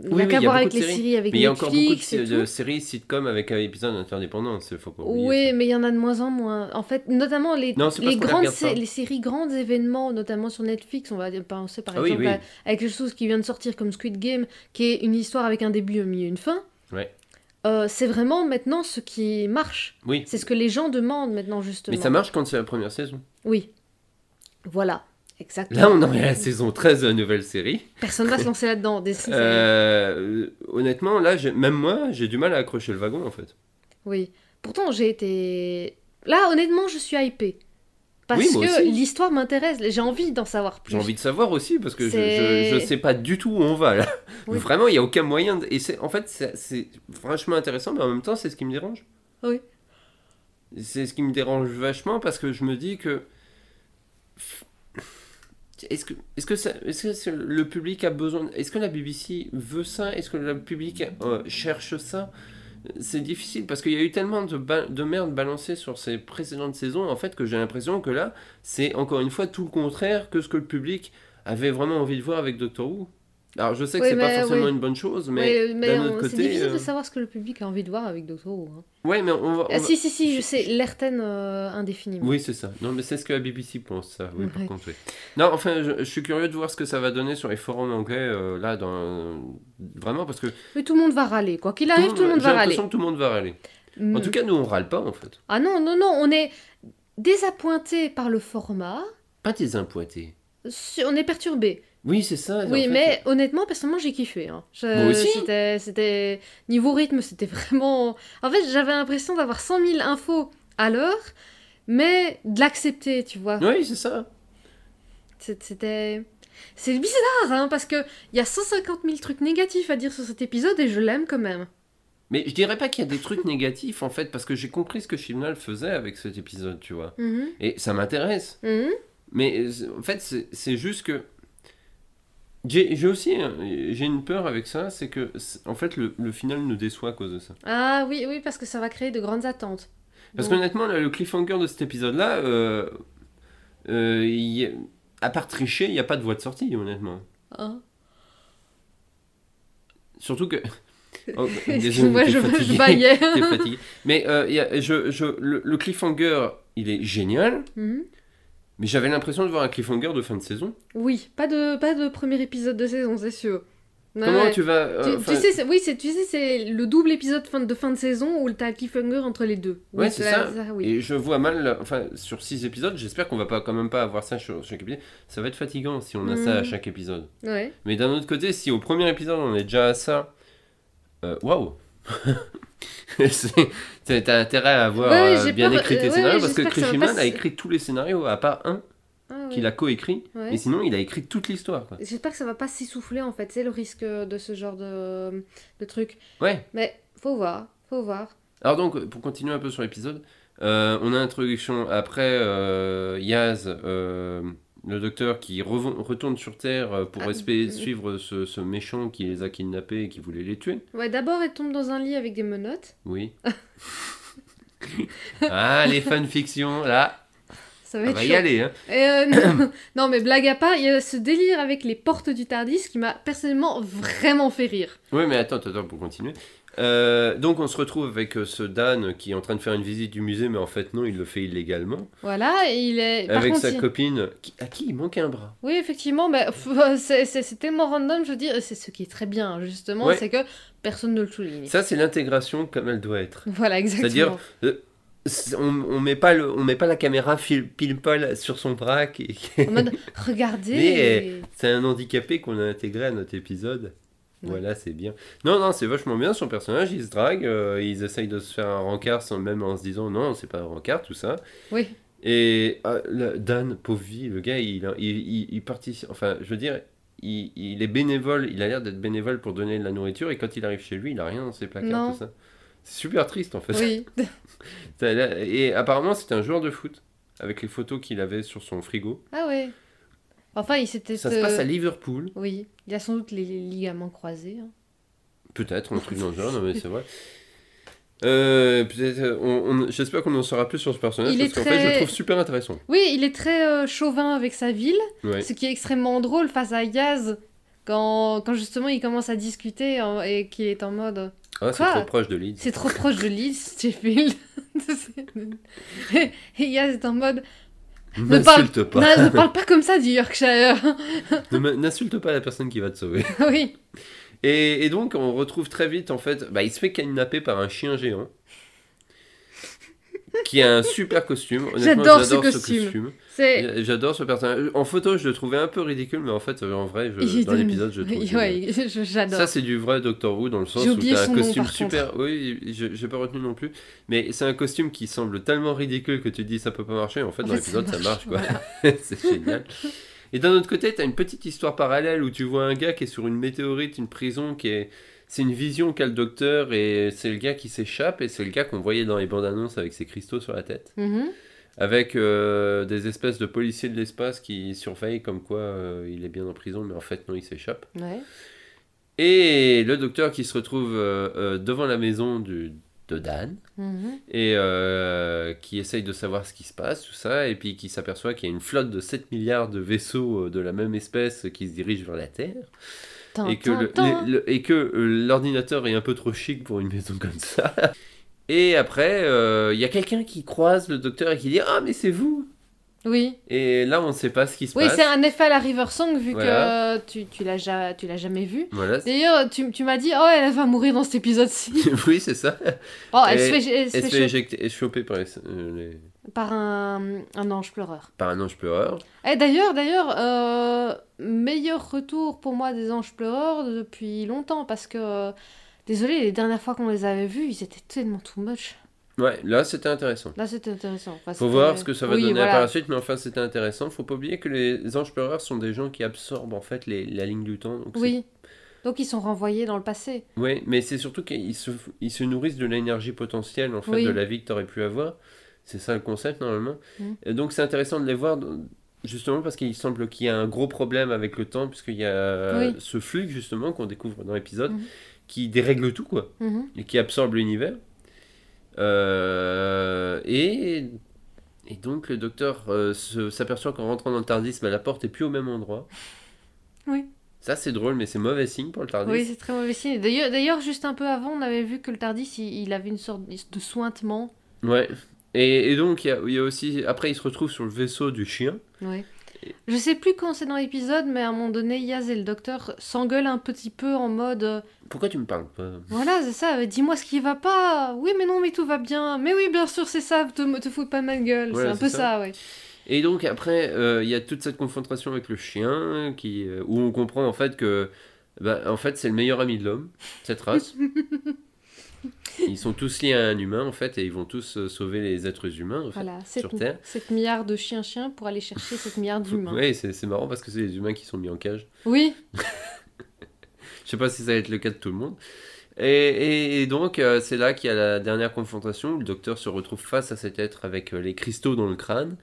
[SPEAKER 2] Il n'y
[SPEAKER 1] Oui,
[SPEAKER 2] a
[SPEAKER 1] oui,
[SPEAKER 2] qu'à
[SPEAKER 1] il y a
[SPEAKER 2] voir avec
[SPEAKER 1] beaucoup
[SPEAKER 2] les
[SPEAKER 1] de séries.
[SPEAKER 2] séries avec
[SPEAKER 1] Mais il y a encore beaucoup
[SPEAKER 2] Netflix
[SPEAKER 1] de,
[SPEAKER 2] et
[SPEAKER 1] de
[SPEAKER 2] tout.
[SPEAKER 1] séries sitcom avec euh, un épisode indépendant, c'est faut pas oublier.
[SPEAKER 2] Oui,
[SPEAKER 1] ça.
[SPEAKER 2] mais il y en a de moins en moins. En fait, notamment les,
[SPEAKER 1] Non, c'est parce
[SPEAKER 2] les,
[SPEAKER 1] qu'on les
[SPEAKER 2] grandes
[SPEAKER 1] regarde pas.
[SPEAKER 2] sé- les séries grands événements, notamment sur Netflix, on va penser par
[SPEAKER 1] Ah oui,
[SPEAKER 2] exemple bah,
[SPEAKER 1] oui.
[SPEAKER 2] à- à quelque chose qui vient de sortir comme Squid Game, qui est une histoire avec un début, un milieu, une fin.
[SPEAKER 1] Ouais.
[SPEAKER 2] Euh, c'est vraiment maintenant ce qui marche.
[SPEAKER 1] Oui.
[SPEAKER 2] C'est ce que les gens demandent maintenant, justement.
[SPEAKER 1] Mais ça marche quand c'est la première saison.
[SPEAKER 2] Oui. Voilà. Exactement.
[SPEAKER 1] Là, on en est [laughs] à la saison 13 de la nouvelle série.
[SPEAKER 2] Personne va se lancer là-dedans. Des... séries.
[SPEAKER 1] Euh, honnêtement, là, j'ai- même moi, j'ai du mal à accrocher le wagon en fait.
[SPEAKER 2] Oui. Pourtant, j'ai été. Là, honnêtement, je suis hypée. Parce
[SPEAKER 1] Oui, moi
[SPEAKER 2] que
[SPEAKER 1] aussi.
[SPEAKER 2] l'histoire m'intéresse. J'ai envie d'en savoir plus.
[SPEAKER 1] J'ai envie de savoir aussi parce que je,
[SPEAKER 2] C'est-
[SPEAKER 1] je, je sais pas du tout où on va là.
[SPEAKER 2] [laughs] Oui.
[SPEAKER 1] Vraiment, il y a aucun moyen. de- Et c'est en fait, c'est- c'est franchement intéressant, mais en même temps, c'est ce qui me dérange.
[SPEAKER 2] Oui.
[SPEAKER 1] C'est ce qui me dérange vachement parce que je me dis que est-ce que est-ce que ça- est-ce que c'est- le public a besoin est-ce que la BBC veut ça est-ce que le public euh, cherche ça c'est difficile parce qu'il y a eu tellement de, ba- de merde balancée sur ces précédentes saisons en fait que j'ai l'impression que là c'est encore une fois tout le contraire que ce que le public avait vraiment envie de voir avec Doctor Who. Alors je sais que
[SPEAKER 2] Oui,
[SPEAKER 1] c'est pas
[SPEAKER 2] mais
[SPEAKER 1] forcément
[SPEAKER 2] oui.
[SPEAKER 1] une bonne chose mais
[SPEAKER 2] Ouais, mais
[SPEAKER 1] d'un
[SPEAKER 2] on-
[SPEAKER 1] autre
[SPEAKER 2] c'est
[SPEAKER 1] côté,
[SPEAKER 2] difficile de
[SPEAKER 1] euh,
[SPEAKER 2] savoir ce que le public a envie de voir avec Doctor Who. hein.
[SPEAKER 1] ouais mais on va, on va-
[SPEAKER 2] Ah, si, si, si, je
[SPEAKER 1] je-
[SPEAKER 2] sais. L'Erten euh, indéfiniment.
[SPEAKER 1] Oui, c'est ça. Non, mais c'est ce que la BBC pense, ça. Oui, par
[SPEAKER 2] Ouais.
[SPEAKER 1] contre, oui. Non, enfin, je, je suis curieux de voir ce que ça va donner sur les forums anglais, euh, là, dans... vraiment, parce que...
[SPEAKER 2] Mais tout le monde va râler. Quoi qu'il arrive, tout le monde
[SPEAKER 1] J'ai
[SPEAKER 2] va râler.
[SPEAKER 1] l'impression que tout le monde va râler. En
[SPEAKER 2] Mm.
[SPEAKER 1] tout cas, nous, on râle pas, en fait.
[SPEAKER 2] Ah non, non, non, on est désappointé par le format.
[SPEAKER 1] Pas des impointés.
[SPEAKER 2] Si- On est perturbé.
[SPEAKER 1] Oui, c'est ça. Ah, en
[SPEAKER 2] oui,
[SPEAKER 1] fait. euh,
[SPEAKER 2] mais honnêtement, personnellement, j'ai kiffé. hein. Je-
[SPEAKER 1] Moi aussi.
[SPEAKER 2] C'était, c'était- niveau rythme, c'était vraiment. En fait, j'avais l'impression d'avoir 100 000 infos à l'heure, mais de l'accepter, tu vois.
[SPEAKER 1] Oui, c'est ça.
[SPEAKER 2] C'est- C'était. C'est bizarre, hein, parce que il y a 150 000 trucs négatifs à dire sur cet épisode et je l'aime quand même.
[SPEAKER 1] Mais je dirais pas qu'il y a des trucs négatifs, en fait, parce que j'ai compris ce que Shimnal faisait avec cet épisode, tu vois.
[SPEAKER 2] Mhm.
[SPEAKER 1] Et ça m'intéresse.
[SPEAKER 2] Mhm.
[SPEAKER 1] Mais euh, c'est- en fait, c'est c'est juste que. J'ai j'ai aussi hein, j'ai une peur avec ça, c'est que c'est- en fait le, le final nous déçoit à cause de ça.
[SPEAKER 2] Ah oui, oui, parce que ça va créer de grandes attentes.
[SPEAKER 1] Parce
[SPEAKER 2] Donc,
[SPEAKER 1] qu'honnêtement, là, le cliffhanger de cet épisode-là, euh, euh, il y a- à part tricher, il n'y a pas de voie de sortie, honnêtement.
[SPEAKER 2] hein.
[SPEAKER 1] Surtout
[SPEAKER 2] [laughs]
[SPEAKER 1] que. Oh,
[SPEAKER 2] Excuse-moi,
[SPEAKER 1] t'es
[SPEAKER 2] je, je
[SPEAKER 1] fatigué. [laughs]
[SPEAKER 2] baillais.
[SPEAKER 1] T'es fatigué. Mais euh, il y a- je, je, le, le cliffhanger, il est génial,
[SPEAKER 2] [laughs] Mhm.
[SPEAKER 1] mais j'avais l'impression de voir un cliffhanger de fin de saison.
[SPEAKER 2] Oui, pas de, pas de premier épisode de saison, c'est sûr. Ouais,
[SPEAKER 1] Comment
[SPEAKER 2] ouais.
[SPEAKER 1] tu vas. euh,
[SPEAKER 2] Tu- tu
[SPEAKER 1] enfin,
[SPEAKER 2] sais, c'est- oui, c'est, tu sais, c'est le double épisode fin de, de fin de saison où t'as le cliffhanger entre les deux. Oui,
[SPEAKER 1] Ouais, c'est
[SPEAKER 2] là- oui.
[SPEAKER 1] Et je vois mal, enfin, sur 6 épisodes, j'espère qu'on va pas quand même pas avoir ça sur chaque épisode. Ça va être fatigant si on a ça à
[SPEAKER 2] Mhm.
[SPEAKER 1] chaque épisode.
[SPEAKER 2] Ouais.
[SPEAKER 1] Mais d'un autre côté, si au premier épisode on est déjà à ça, euh, waouh! [laughs] C'est- T'as t'as intérêt à avoir
[SPEAKER 2] Ouais, ouais,
[SPEAKER 1] euh,
[SPEAKER 2] j'ai
[SPEAKER 1] bien
[SPEAKER 2] peur,
[SPEAKER 1] écrit tes
[SPEAKER 2] euh, ouais,
[SPEAKER 1] scénarios
[SPEAKER 2] ouais,
[SPEAKER 1] parce que
[SPEAKER 2] j'espère que ça va
[SPEAKER 1] Krishiman
[SPEAKER 2] pas
[SPEAKER 1] a
[SPEAKER 2] se-
[SPEAKER 1] écrit tous les scénarios à part un
[SPEAKER 2] Ah,
[SPEAKER 1] qu'il
[SPEAKER 2] ouais.
[SPEAKER 1] a coécrit,
[SPEAKER 2] Ouais.
[SPEAKER 1] mais sinon il a écrit toutes l'histoire. quoi.
[SPEAKER 2] J'espère que ça va pas s'essouffler en fait, c'est le risque de ce genre de, de truc.
[SPEAKER 1] Ouais.
[SPEAKER 2] Mais faut voir, faut voir.
[SPEAKER 1] Alors donc, pour continuer un peu sur l'épisode, euh, on a introduction après euh, Yaz, euh, le docteur qui revo- retourne sur Terre euh, pour
[SPEAKER 2] Ah,
[SPEAKER 1] espé-
[SPEAKER 2] oui.
[SPEAKER 1] suivre ce, ce méchant qui les a kidnappés et qui voulait les tuer.
[SPEAKER 2] Ouais, d'abord elle tombe dans un lit avec des menottes. [laughs]
[SPEAKER 1] Oui. ah, les fanfictions, là,
[SPEAKER 2] Ça va
[SPEAKER 1] on
[SPEAKER 2] être
[SPEAKER 1] va
[SPEAKER 2] chaud.
[SPEAKER 1] y aller. hein.
[SPEAKER 2] Et, euh, non, [coughs] non, mais blague à part, il y a ce délire avec les portes du Tardis qui m'a personnellement vraiment fait rire.
[SPEAKER 1] Oui, mais attends, attends, pour continuer. Euh, donc on se retrouve avec euh, ce Dan qui est en train de faire une visite du musée, mais en fait non, il le fait illégalement.
[SPEAKER 2] Voilà, et il est. Par
[SPEAKER 1] avec
[SPEAKER 2] contre,
[SPEAKER 1] sa
[SPEAKER 2] il-
[SPEAKER 1] copine, qui- à qui il manque un bras.
[SPEAKER 2] oui, effectivement, mais pff, [laughs] c'est c'est- c'est tellement random, je veux dire, et c'est ce qui est très bien, hein, justement,
[SPEAKER 1] Ouais.
[SPEAKER 2] c'est que personne ne le souligne.
[SPEAKER 1] Ça, c'est l'intégration comme elle doit être.
[SPEAKER 2] [laughs] Voilà, exactement.
[SPEAKER 1] C'est-à-dire- C'est- on, on met pas le, on met pas la caméra fil- pile poil sur son bras qui- [laughs]
[SPEAKER 2] En mode, regardez.
[SPEAKER 1] Mais, euh, c'est un handicapé qu'on a intégré à notre épisode
[SPEAKER 2] Ouais.
[SPEAKER 1] voilà c'est bien non non c'est vachement bien son personnage il se drague euh, ils essayent de se faire un rencard sans même en se disant non c'est pas un rencard tout ça
[SPEAKER 2] Oui.
[SPEAKER 1] et ah, le- Dan pauvre vie, le gars il, il, il- il participe enfin je veux dire il, il est bénévole il a l'air d'être bénévole pour donner de la nourriture et quand il arrive chez lui il a rien dans ses placards
[SPEAKER 2] Non.
[SPEAKER 1] tout ça c'est super triste en fait
[SPEAKER 2] Oui.
[SPEAKER 1] T'as la- Et apparemment, c'était un joueur de foot avec les photos qu'il avait sur son frigo.
[SPEAKER 2] Ah ouais. Enfin, il s'était.
[SPEAKER 1] Ça se
[SPEAKER 2] euh,
[SPEAKER 1] passe à Liverpool,
[SPEAKER 2] Oui, il a sans doute les les ligaments croisés. hein. [laughs]
[SPEAKER 1] peut-être, un truc dans le genre, non mais c'est vrai. Euh, peut-être, euh, on- on- j'espère qu'on en saura plus sur ce personnage
[SPEAKER 2] Il est
[SPEAKER 1] parce qu'en
[SPEAKER 2] très-
[SPEAKER 1] fait je le trouve super intéressant.
[SPEAKER 2] Oui, il est très euh, chauvin avec sa ville,
[SPEAKER 1] Ouais.
[SPEAKER 2] ce qui est extrêmement drôle face à Yaz quand, quand justement il commence à discuter hein, et qu'il est en mode
[SPEAKER 1] Ah, c'est
[SPEAKER 2] Quoi
[SPEAKER 1] trop proche de Leeds.
[SPEAKER 2] c'est trop proche de l'île, Sheffield. [laughs] et et Yaz est
[SPEAKER 1] [laughs]
[SPEAKER 2] en mode Ne parle-
[SPEAKER 1] N'insulte
[SPEAKER 2] Non,
[SPEAKER 1] pas.
[SPEAKER 2] ne parle pas comme ça du Yorkshire. [laughs]
[SPEAKER 1] Ne me- N'insulte pas la personne qui va te sauver.
[SPEAKER 2] oui,
[SPEAKER 1] Et, et donc on retrouve très vite en fait, bah, il se fait kidnapper par un chien géant qui a un super costume. Honnêtement,
[SPEAKER 2] J'adore ce
[SPEAKER 1] ce
[SPEAKER 2] costume.
[SPEAKER 1] costume.
[SPEAKER 2] c'est.
[SPEAKER 1] J'adore ce personnage. En photo, je le trouvais un peu ridicule, mais en fait, euh, en vrai, je-
[SPEAKER 2] il
[SPEAKER 1] dans
[SPEAKER 2] donne-
[SPEAKER 1] l'épisode, je le trouve.
[SPEAKER 2] Oui,
[SPEAKER 1] génial.
[SPEAKER 2] ouais, [laughs] je- j'adore.
[SPEAKER 1] Ça, c'est du vrai Doctor Who dans le sens
[SPEAKER 2] J'ai
[SPEAKER 1] où
[SPEAKER 2] oublié
[SPEAKER 1] t'as un
[SPEAKER 2] son nom,
[SPEAKER 1] costume
[SPEAKER 2] par
[SPEAKER 1] super. Oui, je- j'ai pas retenu non plus. Mais c'est un costume qui semble tellement ridicule que tu te dis ça peut pas marcher. En fait,
[SPEAKER 2] En
[SPEAKER 1] dans
[SPEAKER 2] fait, ça
[SPEAKER 1] l'épisode, ça marche,
[SPEAKER 2] marche,
[SPEAKER 1] quoi. [laughs] c'est génial. Et d'un autre côté, t'as une petite histoire parallèle où tu vois un gars qui est sur une météorite, une prison qui est. C'est une vision qu'a le docteur et c'est le gars qui s'échappe et c'est le gars qu'on voyait dans les bandes annonces avec ses cristaux sur la tête
[SPEAKER 2] Mhm.
[SPEAKER 1] avec euh, des espèces de policiers de l'espace qui surveillent comme quoi euh, il est bien en prison, mais en fait non, il s'échappe.
[SPEAKER 2] Ouais.
[SPEAKER 1] Et le docteur qui se retrouve euh, euh, devant la maison du, de Dan
[SPEAKER 2] Mhm.
[SPEAKER 1] et euh, qui essaye de savoir ce qui se passe, tout ça, et puis qui s'aperçoit qu'il y a une flotte de 7 milliards de vaisseaux euh, de la même espèce qui se dirigent vers la Terre,
[SPEAKER 2] Tin,
[SPEAKER 1] et que
[SPEAKER 2] tin,
[SPEAKER 1] le-
[SPEAKER 2] tin.
[SPEAKER 1] les- le- et que, euh, l'ordinateur est un peu trop chic pour une maison comme ça. [laughs] Et après, euh, il y a quelqu'un qui croise le docteur et qui dit Ah, mais c'est vous
[SPEAKER 2] Oui,
[SPEAKER 1] et là, on ne sait pas ce qui se
[SPEAKER 2] oui
[SPEAKER 1] passe.
[SPEAKER 2] c'est un effet à la River Song vu
[SPEAKER 1] Voilà.
[SPEAKER 2] que tu, tu l'as ja- tu l'as jamais vu. [laughs]
[SPEAKER 1] Voilà. c'est-
[SPEAKER 2] D'ailleurs, tu, tu m'as dit, oh, elle va mourir dans cet épisode-ci.
[SPEAKER 1] [laughs] oui, c'est ça.
[SPEAKER 2] Oh, elle
[SPEAKER 1] Et-
[SPEAKER 2] se fait,
[SPEAKER 1] Elle se
[SPEAKER 2] elle se fait
[SPEAKER 1] fait
[SPEAKER 2] choper
[SPEAKER 1] éjecter, et choper par, les- euh, les-
[SPEAKER 2] par un, un ange pleureur.
[SPEAKER 1] par un ange pleureur.
[SPEAKER 2] Et d'ailleurs, d'ailleurs, euh, meilleur retour pour moi des anges pleureurs depuis longtemps parce que, euh, désolé, les dernières fois qu'on les avait vus, ils étaient tellement too much.
[SPEAKER 1] Ouais, là, c'était intéressant.
[SPEAKER 2] Là, c'était intéressant. Enfin,
[SPEAKER 1] Faut
[SPEAKER 2] c'était-
[SPEAKER 1] voir ce que ça va
[SPEAKER 2] Oui,
[SPEAKER 1] donner
[SPEAKER 2] voilà.
[SPEAKER 1] par la suite, mais enfin, c'était intéressant. Faut pas oublier que les anges pleureurs sont des gens qui absorbent en fait les- la ligne du temps. donc c'est-
[SPEAKER 2] Oui. Donc, ils sont renvoyés dans le passé.
[SPEAKER 1] Ouais, mais c'est surtout qu'ils se, ils se nourrissent de l'énergie potentielle en fait
[SPEAKER 2] Oui.
[SPEAKER 1] de la vie que t'aurais pu avoir. C'est ça le concept normalement.
[SPEAKER 2] Mm.
[SPEAKER 1] Et donc c'est intéressant de les voir dans- justement parce qu'il semble qu'il y a un gros problème avec le temps puisqu'il y a
[SPEAKER 2] Oui.
[SPEAKER 1] ce flux justement qu'on découvre dans l'épisode
[SPEAKER 2] Mhm.
[SPEAKER 1] qui dérègle tout quoi
[SPEAKER 2] Mhm.
[SPEAKER 1] et qui absorbe l'univers. Euh, et, et donc le docteur euh, se- s'aperçoit qu'en rentrant dans le Tardis, bah, la porte est plus au même endroit.
[SPEAKER 2] Oui.
[SPEAKER 1] Ça c'est drôle, mais c'est mauvais signe pour le Tardis.
[SPEAKER 2] Oui, c'est très mauvais signe. D'ailleurs, d'ailleurs, juste un peu avant, on avait vu que le Tardis, il, il avait une sorte de sointement.
[SPEAKER 1] Ouais. Et, et donc il y a- il y, a aussi après il se retrouve sur le vaisseau du chien.
[SPEAKER 2] Ouais. Je sais plus quand c'est dans l'épisode, mais à un moment donné, Yaz et le docteur s'engueulent un petit peu en mode
[SPEAKER 1] [laughs]
[SPEAKER 2] euh,
[SPEAKER 1] Pourquoi tu me parles pas
[SPEAKER 2] Voilà, c'est ça, euh, dis-moi ce qui va pas. Oui, mais non, mais tout va bien. Mais oui, bien sûr, c'est ça, te, te fous pas de ma gueule.
[SPEAKER 1] Voilà,
[SPEAKER 2] c'est un
[SPEAKER 1] c'est
[SPEAKER 2] peu
[SPEAKER 1] ça.
[SPEAKER 2] ça, ouais.
[SPEAKER 1] Et donc après euh, il y a toute cette confrontation avec le chien qui euh, où on comprend en fait que bah, en fait c'est le meilleur ami de l'homme cette race. ils sont tous liés à un humain en fait et ils vont tous euh, sauver les êtres humains en fait.
[SPEAKER 2] Voilà, 7,
[SPEAKER 1] Sur Terre.
[SPEAKER 2] milliards de chiens-chiens pour aller chercher 7 milliards d'humains.
[SPEAKER 1] Ouais, c'est c'est marrant parce que c'est les humains qui sont mis en cage.
[SPEAKER 2] Oui,
[SPEAKER 1] Je sais pas si ça va être le cas de tout le monde. Et, et- et donc, euh, c'est là qu'il y a la dernière confrontation où le docteur se retrouve face à cet être avec euh, les cristaux dans le crâne,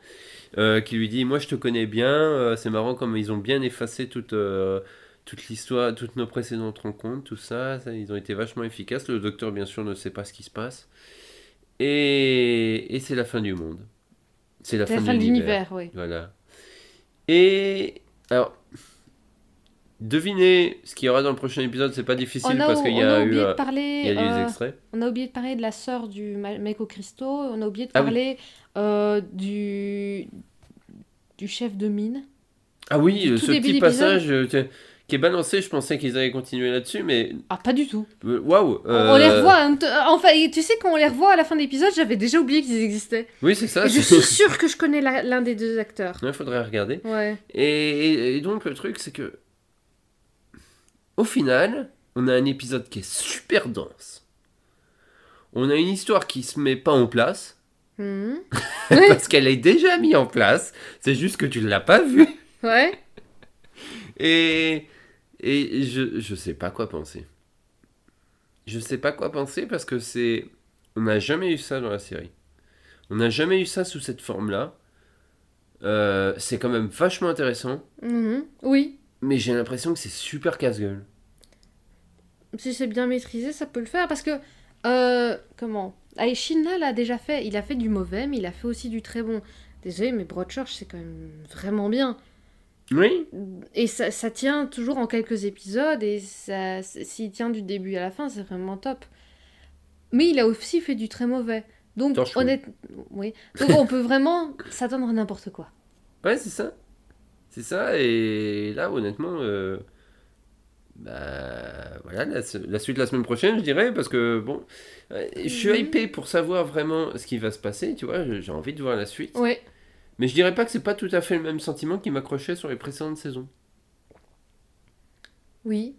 [SPEAKER 1] euh, qui lui dit Moi, je te connais bien, euh, c'est marrant comme ils ont bien effacé toute. euh, toute l'histoire, toutes nos précédentes rencontres, tout ça, ça, ils ont été vachement efficaces. Le docteur, bien sûr, ne sait pas ce qui se passe. Et, et c'est la fin du monde. C'est la
[SPEAKER 2] c'est la
[SPEAKER 1] fin
[SPEAKER 2] fin
[SPEAKER 1] de
[SPEAKER 2] de
[SPEAKER 1] l'univers.
[SPEAKER 2] l'univers, oui.
[SPEAKER 1] Voilà. Et alors, devinez ce qu'il y aura dans le prochain épisode, c'est pas difficile
[SPEAKER 2] On a,
[SPEAKER 1] parce qu'il y
[SPEAKER 2] on a
[SPEAKER 1] a eu
[SPEAKER 2] oublié
[SPEAKER 1] euh,
[SPEAKER 2] de parler.
[SPEAKER 1] il y a eu des
[SPEAKER 2] euh,
[SPEAKER 1] extraits.
[SPEAKER 2] On a oublié de parler de la sœur du ma- mec au cristaux, on a oublié de
[SPEAKER 1] Ah oui.
[SPEAKER 2] parler euh, du... du chef de mine.
[SPEAKER 1] Ah oui,
[SPEAKER 2] du
[SPEAKER 1] euh,
[SPEAKER 2] tout
[SPEAKER 1] ce
[SPEAKER 2] début
[SPEAKER 1] petit
[SPEAKER 2] d'épisode.
[SPEAKER 1] passage euh, tiens, qui est balancé, je pensais qu'ils allaient continuer là-dessus, mais
[SPEAKER 2] Ah, pas du tout.
[SPEAKER 1] euh, waouh.
[SPEAKER 2] On-
[SPEAKER 1] euh,
[SPEAKER 2] On les revoit. hein, t- Enfin, et tu sais, quand on les revoit à la fin de l'épisode, j'avais déjà oublié qu'ils existaient.
[SPEAKER 1] Oui, c'est ça.
[SPEAKER 2] Et [laughs] je
[SPEAKER 1] Ah, c'est-
[SPEAKER 2] suis sûre que je connais la- l'un des deux acteurs.
[SPEAKER 1] Ouais, faudrait regarder.
[SPEAKER 2] Ouais.
[SPEAKER 1] Et, et- et donc le truc, c'est que au final, on a un épisode qui est super dense. On a une histoire qui se met pas en place. [laughs]
[SPEAKER 2] Mhm.
[SPEAKER 1] Parce qu'elle est déjà mise en place. C'est juste que tu ne l'as pas vue.
[SPEAKER 2] [laughs] Ouais.
[SPEAKER 1] Et, et je, je sais pas quoi penser. Je sais pas quoi penser parce que c'est. On n'a jamais eu ça dans la série. On n'a jamais eu ça sous cette forme-là. Euh, c'est quand même vachement intéressant.
[SPEAKER 2] Mhm. Oui.
[SPEAKER 1] Mais j'ai l'impression que c'est super casse-gueule.
[SPEAKER 2] Si c'est bien maîtrisé, ça peut le faire. Parce que Euh, comment Aishina l'a déjà fait. Il a fait du mauvais, mais il a fait aussi du très bon. Désolé, mais Broadchurch, c'est quand même vraiment bien.
[SPEAKER 1] Oui.
[SPEAKER 2] Et ça, ça tient toujours en quelques épisodes, et ça, s'il tient du début à la fin, c'est vraiment top. Mais il a aussi fait du très mauvais. Donc,
[SPEAKER 1] Torchwood.
[SPEAKER 2] honnête... oui. Donc on peut vraiment s'attendre à n'importe quoi.
[SPEAKER 1] Ouais, c'est ça. C'est ça, et là, honnêtement, euh, bah, voilà, la, se- la suite la semaine prochaine, je dirais, parce que bon, euh, je suis
[SPEAKER 2] Mhm.
[SPEAKER 1] hypé pour savoir vraiment ce qui va se passer, tu vois, je- j'ai envie de voir la suite.
[SPEAKER 2] Ouais.
[SPEAKER 1] Mais je dirais pas que c'est pas tout à fait le même sentiment qui m'accrochait sur les précédentes saisons.
[SPEAKER 2] Oui.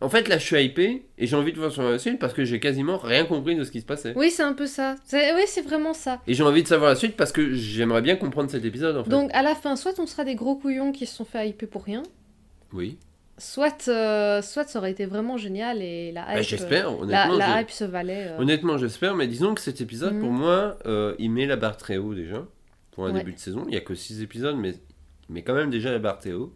[SPEAKER 1] En fait, là, je suis hypé, et j'ai envie de voir sur la suite parce que j'ai quasiment rien compris de ce qui se passait.
[SPEAKER 2] Oui, c'est un peu ça. C'est- Oui, c'est vraiment ça.
[SPEAKER 1] Et j'ai envie de savoir la suite parce que j'aimerais bien comprendre cet épisode, en fait.
[SPEAKER 2] Donc à la fin, soit on sera des gros couillons qui se sont fait hyper pour rien,
[SPEAKER 1] Oui.
[SPEAKER 2] soit, euh, soit ça aurait été vraiment génial et la hype,
[SPEAKER 1] Bah, j'espère,
[SPEAKER 2] euh,
[SPEAKER 1] honnêtement.
[SPEAKER 2] la, la
[SPEAKER 1] je-
[SPEAKER 2] hype se valait. euh.
[SPEAKER 1] Honnêtement, j'espère, mais disons que cet épisode,
[SPEAKER 2] Mhm.
[SPEAKER 1] pour moi, euh, il met la barre très haut déjà. Pour un
[SPEAKER 2] Ouais.
[SPEAKER 1] début de saison, il n'y a que 6 épisodes, mais, mais quand même déjà la barre très haut.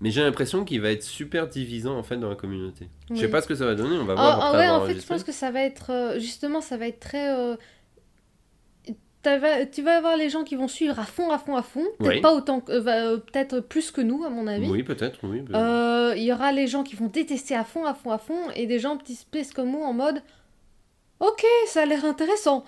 [SPEAKER 1] Mais j'ai l'impression qu'il va être super divisant en fait dans la communauté. Je sais
[SPEAKER 2] Oui.
[SPEAKER 1] pas ce que ça va donner, on va
[SPEAKER 2] Oh,
[SPEAKER 1] voir.
[SPEAKER 2] oh,
[SPEAKER 1] Ah après
[SPEAKER 2] ouais,
[SPEAKER 1] avoir
[SPEAKER 2] en fait, je
[SPEAKER 1] enregistré.
[SPEAKER 2] pense que ça va être. euh, justement, ça va être très. euh, t'as va- Tu vas avoir les gens qui vont suivre à fond, à fond, à fond. Peut-être
[SPEAKER 1] Ouais.
[SPEAKER 2] pas autant. que- euh, va- euh, Peut-être plus que nous, à mon avis.
[SPEAKER 1] Oui, peut-être, oui. peut-
[SPEAKER 2] Euh, Il y aura les gens qui vont détester à fond, à fond, à fond. Et des gens, petits espèces comme moi, en mode. Ok, ça a l'air intéressant.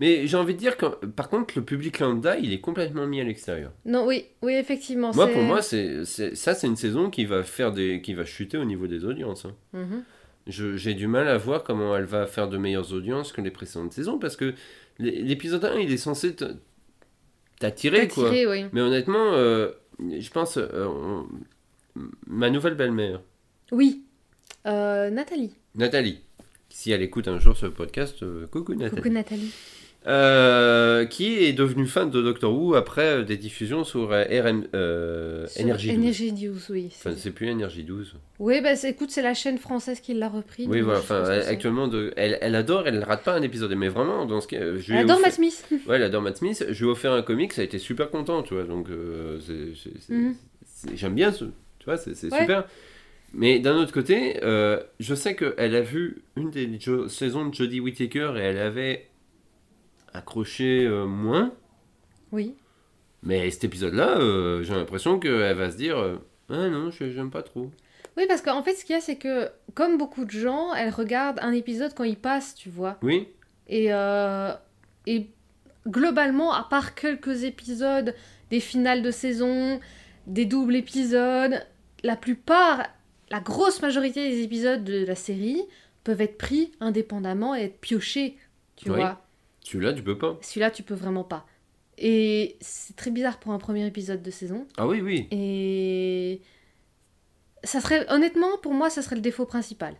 [SPEAKER 1] Mais j'ai envie de dire que, par contre, le public lambda, il est complètement mis à l'extérieur.
[SPEAKER 2] Non, oui, oui, effectivement.
[SPEAKER 1] Moi,
[SPEAKER 2] c'est-
[SPEAKER 1] pour moi, c'est c'est- ça, c'est une saison qui va faire des, qui va chuter au niveau des audiences. hein.
[SPEAKER 2] Mhm.
[SPEAKER 1] Je- J'ai du mal à voir comment elle va faire de meilleures audiences que les précédentes saisons parce que l'é- l'épisode 1 il est censé te- t'attirer quoi.
[SPEAKER 2] Attiré, oui.
[SPEAKER 1] Mais honnêtement, euh, je pense euh, on- ma nouvelle belle-mère,
[SPEAKER 2] Oui. Euh, Nathalie.
[SPEAKER 1] Nathalie, si elle écoute un jour ce podcast, euh, coucou Nathalie,
[SPEAKER 2] Coucou Nathalie.
[SPEAKER 1] Euh, qui est devenue fan de Doctor Who après euh, des diffusions sur euh, RM, euh,
[SPEAKER 2] Sur
[SPEAKER 1] Energy 12.
[SPEAKER 2] Energy News, oui. c'est-
[SPEAKER 1] Enfin, c'est plus Energy 12.
[SPEAKER 2] Oui, bah c'est- écoute, c'est la chaîne française qui l'a repris.
[SPEAKER 1] Oui,
[SPEAKER 2] donc
[SPEAKER 1] voilà.
[SPEAKER 2] je pense
[SPEAKER 1] Enfin,
[SPEAKER 2] que
[SPEAKER 1] elle-
[SPEAKER 2] c'est-
[SPEAKER 1] actuellement, de, elle, elle adore, elle ne rate pas un épisode. Mais vraiment, dans ce cas, euh, je lui
[SPEAKER 2] Elle
[SPEAKER 1] ai
[SPEAKER 2] adore
[SPEAKER 1] offert-
[SPEAKER 2] Matt Smith. [laughs]
[SPEAKER 1] Ouais, elle adore Matt Smith. Je lui ai offert un comic, ça a été super content, tu vois. Donc, euh, c'est- c'est- c'est-
[SPEAKER 2] Mhm.
[SPEAKER 1] c'est- j'aime bien ce. Tu vois, c'est c'est
[SPEAKER 2] Ouais.
[SPEAKER 1] super. Mais d'un autre côté, euh, je sais qu'elle a vu une des jo- saisons de Jodie Whittaker et elle avait accroché euh, moins.
[SPEAKER 2] Oui.
[SPEAKER 1] Mais cet épisode-là, euh, j'ai l'impression qu'elle va se dire euh, Ah non, je- j'aime pas trop.
[SPEAKER 2] Oui, parce qu'en fait, ce qu'il y a, c'est que, comme beaucoup de gens, elle regarde un épisode quand il passe, tu vois.
[SPEAKER 1] Oui,
[SPEAKER 2] Et, euh, et globalement, à part quelques épisodes, des finales de saison, des doubles épisodes, la plupart, la grosse majorité des épisodes de la série peuvent être pris indépendamment et être piochés, tu
[SPEAKER 1] Oui.
[SPEAKER 2] vois.
[SPEAKER 1] celui-là, tu peux pas.
[SPEAKER 2] Celui-là, tu peux vraiment pas. Et c'est très bizarre pour un premier épisode de saison.
[SPEAKER 1] Ah oui, oui.
[SPEAKER 2] Et ça serait, honnêtement, pour moi, ça serait le défaut principal.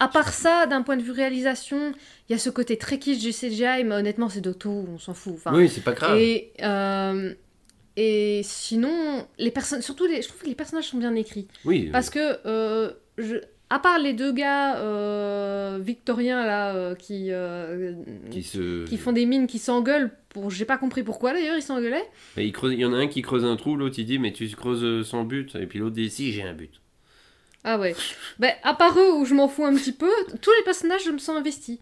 [SPEAKER 2] À part ça, d'un point de vue réalisation, il y a ce côté très kitsch du CGI, mais honnêtement, c'est d'auto, on s'en fout. Enfin,
[SPEAKER 1] oui, c'est pas grave.
[SPEAKER 2] et, euh, et sinon, les personnes, surtout, les, je trouve que les personnages sont bien écrits.
[SPEAKER 1] Oui,
[SPEAKER 2] Parce que, euh, je, à part les deux gars euh, victoriens là, euh, qui, euh,
[SPEAKER 1] qui se.
[SPEAKER 2] qui font des mines, qui s'engueulent pour, j'ai pas compris pourquoi d'ailleurs ils s'engueulaient.
[SPEAKER 1] Mais il, creuse- il y en a un qui creuse un trou, l'autre il dit mais tu creuses euh, sans but, et puis l'autre dit si j'ai un but.
[SPEAKER 2] Ah ouais. ben à part eux où je m'en fous un petit peu, t- tous les personnages je me sens investi.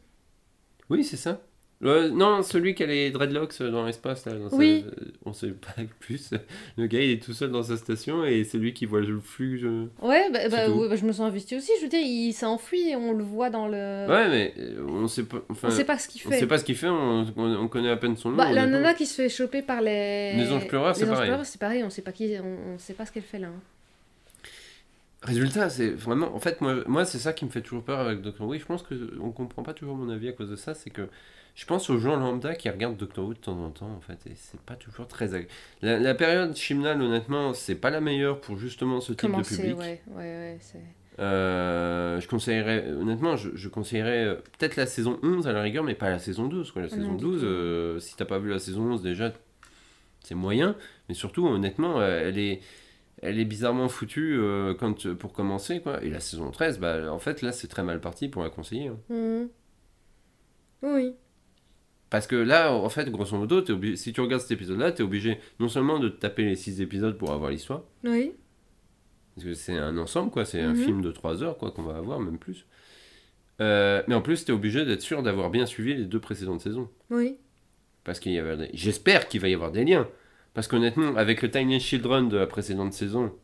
[SPEAKER 1] Oui c'est ça. Euh, non, celui qui a les dreadlocks euh, dans l'espace là, dans sa-
[SPEAKER 2] Oui.
[SPEAKER 1] euh, on sait [laughs] pas plus. Le gars il est tout seul dans sa station et c'est lui qui voit le flux. euh.
[SPEAKER 2] Ouais, ben ben,
[SPEAKER 1] C'est tout.
[SPEAKER 2] ouais, ben, je me sens investi aussi. Je veux dire, il s'est enfui et on le voit dans le.
[SPEAKER 1] Ouais mais euh, on sait pas. Enfin,
[SPEAKER 2] on sait pas ce qu'il
[SPEAKER 1] on
[SPEAKER 2] fait.
[SPEAKER 1] sait pas ce qu'il fait. On, on- on connaît à peine son nom.
[SPEAKER 2] Bah,
[SPEAKER 1] on
[SPEAKER 2] la
[SPEAKER 1] est-
[SPEAKER 2] nana qui se fait choper par les.
[SPEAKER 1] Les anges pleureurs, c'est
[SPEAKER 2] Les anges
[SPEAKER 1] pareil.
[SPEAKER 2] pleureurs, c'est pareil. On sait pas qui, on, on sait pas ce qu'elle fait là. hein.
[SPEAKER 1] Résultat, c'est vraiment. En fait, moi, moi c'est ça qui me fait toujours peur avec Doctor Who. Je pense que on comprend pas toujours mon avis à cause de ça. C'est que je pense aux gens lambda qui regardent Doctor Who de temps en temps, en fait, et c'est pas toujours très agréable. La, la période Chimnal, honnêtement, c'est pas la meilleure pour justement ce type
[SPEAKER 2] Comment
[SPEAKER 1] de
[SPEAKER 2] c'est
[SPEAKER 1] public.
[SPEAKER 2] Ouais, ouais, ouais. c'est-
[SPEAKER 1] Euh, je conseillerais, honnêtement, je, je conseillerais euh, peut-être la saison 11 à la rigueur, mais pas la saison 12. Quoi. La
[SPEAKER 2] Ah Non,
[SPEAKER 1] saison
[SPEAKER 2] du
[SPEAKER 1] 12,
[SPEAKER 2] tout.
[SPEAKER 1] euh, si t'as pas vu la saison 11, déjà, c'est moyen. Mais surtout, honnêtement, euh, elle est, elle est bizarrement foutue euh, quand, pour commencer. Quoi. Et la saison 13, bah, en fait, là, c'est très mal parti pour la conseiller. hein.
[SPEAKER 2] Mhm. Oui.
[SPEAKER 1] Parce que là, en fait, grosso modo, t'es obligé- si tu regardes cet épisode-là, t'es obligé non seulement de te taper les 6 épisodes pour avoir l'histoire,
[SPEAKER 2] Oui.
[SPEAKER 1] Parce que c'est un ensemble, quoi. C'est un
[SPEAKER 2] Mhm.
[SPEAKER 1] film de 3 heures, quoi, qu'on va avoir, même plus. Euh, mais en plus, t'es obligé d'être sûr d'avoir bien suivi les deux précédentes saisons.
[SPEAKER 2] Oui.
[SPEAKER 1] Parce qu'il y avait des- J'espère qu'il va y avoir des liens. Parce qu'honnêtement, avec le Tiny Children de la précédente saison,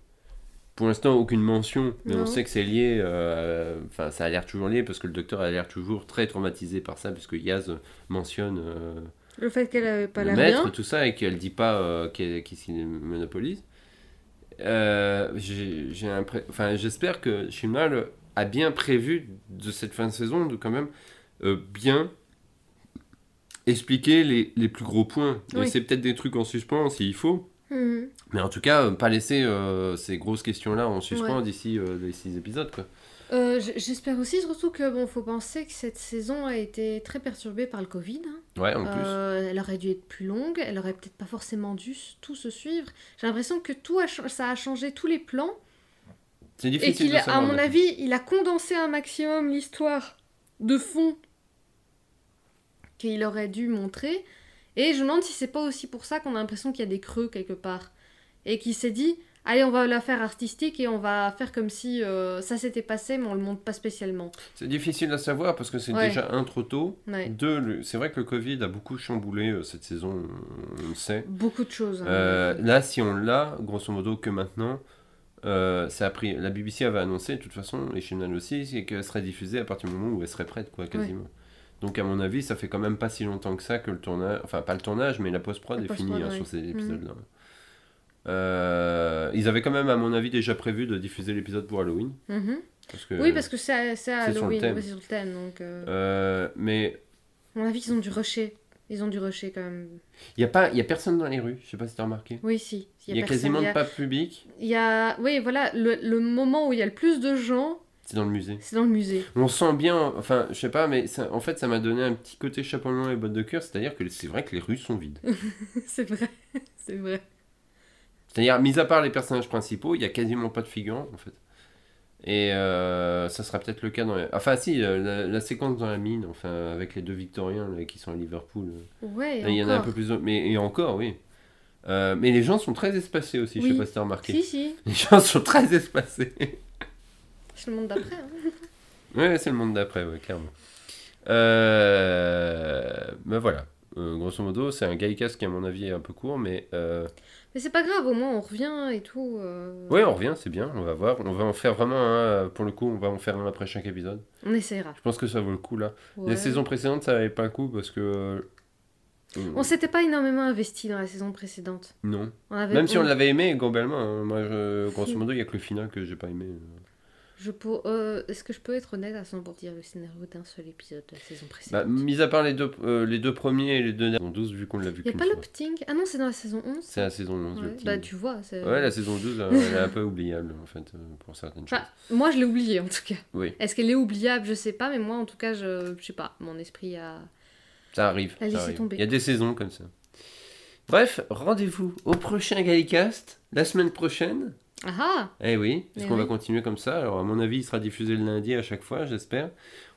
[SPEAKER 1] pour l'instant, aucune mention. Mais on
[SPEAKER 2] Non.
[SPEAKER 1] sait que c'est lié. euh, Enfin, ça a l'air toujours lié parce que le docteur a l'air toujours très traumatisé par ça. Puisque Yaz mentionne euh,
[SPEAKER 2] Le fait qu'elle avait pas
[SPEAKER 1] le
[SPEAKER 2] l'air
[SPEAKER 1] maître,
[SPEAKER 2] bien.
[SPEAKER 1] tout ça, et qu'elle dit pas euh, qu'elle- qu'il s'y monopolise. Euh, j'ai- j'ai un pré- enfin, J'espère que Shimal a bien prévu de cette fin de saison de quand même euh, bien expliquer les, les plus gros points.
[SPEAKER 2] Oui.
[SPEAKER 1] Laisser peut-être des trucs en suspens s'il faut.
[SPEAKER 2] Mhm.
[SPEAKER 1] Mais en tout cas, euh, pas laisser euh, ces grosses questions-là en suspens d'ici euh, les six épisodes. Quoi.
[SPEAKER 2] Euh, j- J'espère aussi, surtout que bon, faut penser que cette saison a été très perturbée par le Covid. hein.
[SPEAKER 1] Ouais, en plus.
[SPEAKER 2] Euh, elle aurait dû être plus longue, elle aurait peut-être pas forcément dû s- tout se suivre. J'ai l'impression que tout a cha- ça a changé tous les plans
[SPEAKER 1] C'est
[SPEAKER 2] et
[SPEAKER 1] difficile
[SPEAKER 2] qu'il,
[SPEAKER 1] de
[SPEAKER 2] a- à
[SPEAKER 1] savoir.
[SPEAKER 2] mon
[SPEAKER 1] maintenant.
[SPEAKER 2] avis, il a condensé un maximum l'histoire de fond qu'il aurait dû montrer. Et je me demande si c'est pas aussi pour ça qu'on a l'impression qu'il y a des creux quelque part et qu'il s'est dit allez on va la faire artistique et on va faire comme si euh, ça s'était passé mais on le montre pas spécialement.
[SPEAKER 1] C'est difficile à savoir parce que c'est
[SPEAKER 2] Ouais.
[SPEAKER 1] déjà un trop tôt.
[SPEAKER 2] Ouais.
[SPEAKER 1] Deux, le- c'est vrai que le Covid a beaucoup chamboulé euh, cette saison, on- on le sait.
[SPEAKER 2] Beaucoup de choses. hein.
[SPEAKER 1] Euh, là, si on l'a, grosso modo, que maintenant, euh, ça a pris. La BBC avait annoncé, de toute façon, et Channel aussi, c'est qu'elle serait diffusée à partir du moment où elle serait prête, quoi, quasiment. Donc, à mon avis, ça fait quand même pas si longtemps que ça que le tournage. Enfin, pas le tournage, mais la post-prod
[SPEAKER 2] La
[SPEAKER 1] est
[SPEAKER 2] post-prod,
[SPEAKER 1] finie hein,
[SPEAKER 2] ouais. Mm.
[SPEAKER 1] sur ces épisodes-là. Euh, ils avaient quand même, à mon avis, déjà prévu de diffuser l'épisode pour Halloween.
[SPEAKER 2] Mhm.
[SPEAKER 1] Parce que,
[SPEAKER 2] Oui, parce que c'est à, c'est à
[SPEAKER 1] c'est sur le
[SPEAKER 2] Halloween,
[SPEAKER 1] thème.
[SPEAKER 2] oui, c'est sur le thème. Donc, euh,
[SPEAKER 1] Euh, mais
[SPEAKER 2] à mon avis, ils ont dû rusher. Ils ont dû rusher quand même.
[SPEAKER 1] il n'y a, pas- y a personne dans les rues, je sais pas si t'as remarqué.
[SPEAKER 2] Oui, si.
[SPEAKER 1] Il n'y a,
[SPEAKER 2] personne,
[SPEAKER 1] quasiment
[SPEAKER 2] il y a-
[SPEAKER 1] pas de public,
[SPEAKER 2] il y a- Oui, voilà, le, le moment où il y a le plus de gens,
[SPEAKER 1] c'est dans le musée.
[SPEAKER 2] c'est dans le musée. [laughs]
[SPEAKER 1] On sent bien, enfin, je sais pas, mais ça- en fait, ça m'a donné un petit côté chapeau melon et bottes de cœur, c'est-à-dire que c'est vrai que les rues sont
[SPEAKER 2] [laughs]
[SPEAKER 1] vides.
[SPEAKER 2] c'est vrai. [laughs] c'est vrai.
[SPEAKER 1] C'est-à-dire, mis à part les personnages principaux, il y a quasiment pas de figurants, en fait. Et euh, ça sera peut-être le cas dans... la- Enfin, si, euh, la, la séquence dans la mine, enfin, avec les deux Victoriens là, qui sont à Liverpool. euh,
[SPEAKER 2] Ouais,
[SPEAKER 1] là, il y en a un
[SPEAKER 2] encore.
[SPEAKER 1] peu plus... de- Mais, et encore, oui. Euh, mais les gens sont très espacés aussi, je sais
[SPEAKER 2] Oui.
[SPEAKER 1] pas si t'as remarqué.
[SPEAKER 2] Si, si.
[SPEAKER 1] Les gens sont très espacés.
[SPEAKER 2] C'est le monde d'après. hein.
[SPEAKER 1] Ouais, c'est le monde d'après, ouais, clairement. Euh... Ben voilà. Euh, grosso modo, c'est un Gaïkas qui, à mon avis, est un peu court, mais. Euh...
[SPEAKER 2] Mais c'est pas grave, au moins on revient et tout. euh,
[SPEAKER 1] Ouais, on revient, c'est bien, on va voir. On va en faire vraiment un, euh, pour le coup, on va en faire un après chaque épisode.
[SPEAKER 2] On essaiera.
[SPEAKER 1] Je pense que ça vaut le coup, là.
[SPEAKER 2] Ouais.
[SPEAKER 1] Les saisons précédentes, ça avait pas le coup parce que. euh,
[SPEAKER 2] On s'était pas énormément investi dans la saison précédente.
[SPEAKER 1] Non.
[SPEAKER 2] On avait...
[SPEAKER 1] Même si on
[SPEAKER 2] on-
[SPEAKER 1] l'avait aimé, globalement, hein, moi, je- grosso modo, il y a que le final que j'ai pas aimé.
[SPEAKER 2] Je pour... euh, Est-ce que je peux être honnête à 100 pour dire le scénario d'un seul épisode de la saison
[SPEAKER 1] Bah,
[SPEAKER 2] précédente
[SPEAKER 1] mis à part les deux, euh, les deux premiers et les deux derniers, 12, vu qu'on l'a vu
[SPEAKER 2] Il
[SPEAKER 1] qu'une
[SPEAKER 2] n'y a pas
[SPEAKER 1] fois.
[SPEAKER 2] l'opting Ah non, c'est dans la saison 11
[SPEAKER 1] C'est la saison 11.
[SPEAKER 2] Ouais,
[SPEAKER 1] le petit-
[SPEAKER 2] Bah tu vois, c'est...
[SPEAKER 1] Ouais, la saison
[SPEAKER 2] [laughs]
[SPEAKER 1] 12, euh, elle est un peu oubliable en fait, euh, pour certaines choses.
[SPEAKER 2] Enfin, moi je l'ai oubliée en tout cas.
[SPEAKER 1] Oui,
[SPEAKER 2] Est-ce qu'elle est oubliable Je sais pas, mais moi en tout cas, je, je sais pas, mon esprit a...
[SPEAKER 1] ça arrive.
[SPEAKER 2] La
[SPEAKER 1] ça
[SPEAKER 2] laisser
[SPEAKER 1] arrive.
[SPEAKER 2] tomber.
[SPEAKER 1] Il y a des saisons comme ça. Bref, rendez-vous au prochain Gallicast, la semaine prochaine.
[SPEAKER 2] Ah ah
[SPEAKER 1] Eh oui, parce
[SPEAKER 2] Eh
[SPEAKER 1] qu'on va
[SPEAKER 2] oui.
[SPEAKER 1] continuer comme ça. Alors, à mon avis, il sera diffusé le lundi à chaque fois, j'espère.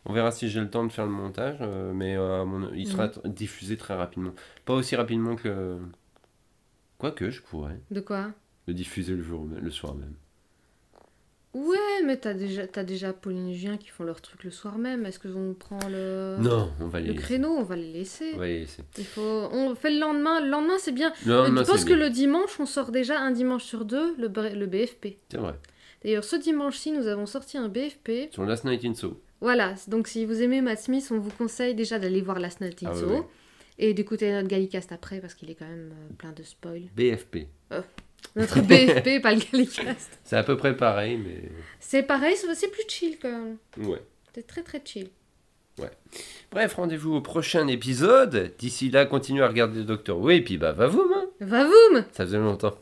[SPEAKER 1] On verra si j'ai le temps de faire le montage, euh, mais euh, à mon- il
[SPEAKER 2] Mm.
[SPEAKER 1] sera t- diffusé très rapidement. Pas aussi rapidement que. Quoique, je pourrais
[SPEAKER 2] De quoi
[SPEAKER 1] le diffuser le, jour, le soir même.
[SPEAKER 2] Ouais, mais t'as déjà, t'as déjà Polynésiens qui font leur truc le soir même. Est-ce que on prend le...
[SPEAKER 1] non, on va les
[SPEAKER 2] Euh, Le
[SPEAKER 1] laisser.
[SPEAKER 2] créneau, on va les laisser.
[SPEAKER 1] On va les laisser.
[SPEAKER 2] Il faut... On fait le lendemain. Le lendemain, c'est bien.
[SPEAKER 1] Le
[SPEAKER 2] Mais
[SPEAKER 1] lendemain,
[SPEAKER 2] tu penses
[SPEAKER 1] c'est
[SPEAKER 2] que
[SPEAKER 1] bien.
[SPEAKER 2] le dimanche, on sort déjà un dimanche sur deux le, br- le BFP.
[SPEAKER 1] C'est vrai.
[SPEAKER 2] D'ailleurs, ce dimanche-ci, nous avons sorti un BFP.
[SPEAKER 1] Sur Last Night in So.
[SPEAKER 2] Voilà, donc si vous aimez Matt Smith, on vous conseille déjà d'aller voir Last Night in
[SPEAKER 1] Ah ouais,
[SPEAKER 2] Soho
[SPEAKER 1] ouais.
[SPEAKER 2] et d'écouter notre Gallicast après parce qu'il est quand même euh, plein
[SPEAKER 1] [laughs]
[SPEAKER 2] de spoil.
[SPEAKER 1] BFP.
[SPEAKER 2] Notre BFP, pas le Gallicast.
[SPEAKER 1] C'est à peu près pareil, mais.
[SPEAKER 2] C'est pareil, c'est c'est plus chill quand même.
[SPEAKER 1] Ouais.
[SPEAKER 2] C'est très très chill.
[SPEAKER 1] Bref, rendez-vous au prochain épisode. D'ici là, continuez à regarder Doctor Who et puis bah va vous,
[SPEAKER 2] Va voum
[SPEAKER 1] Ça faisait longtemps.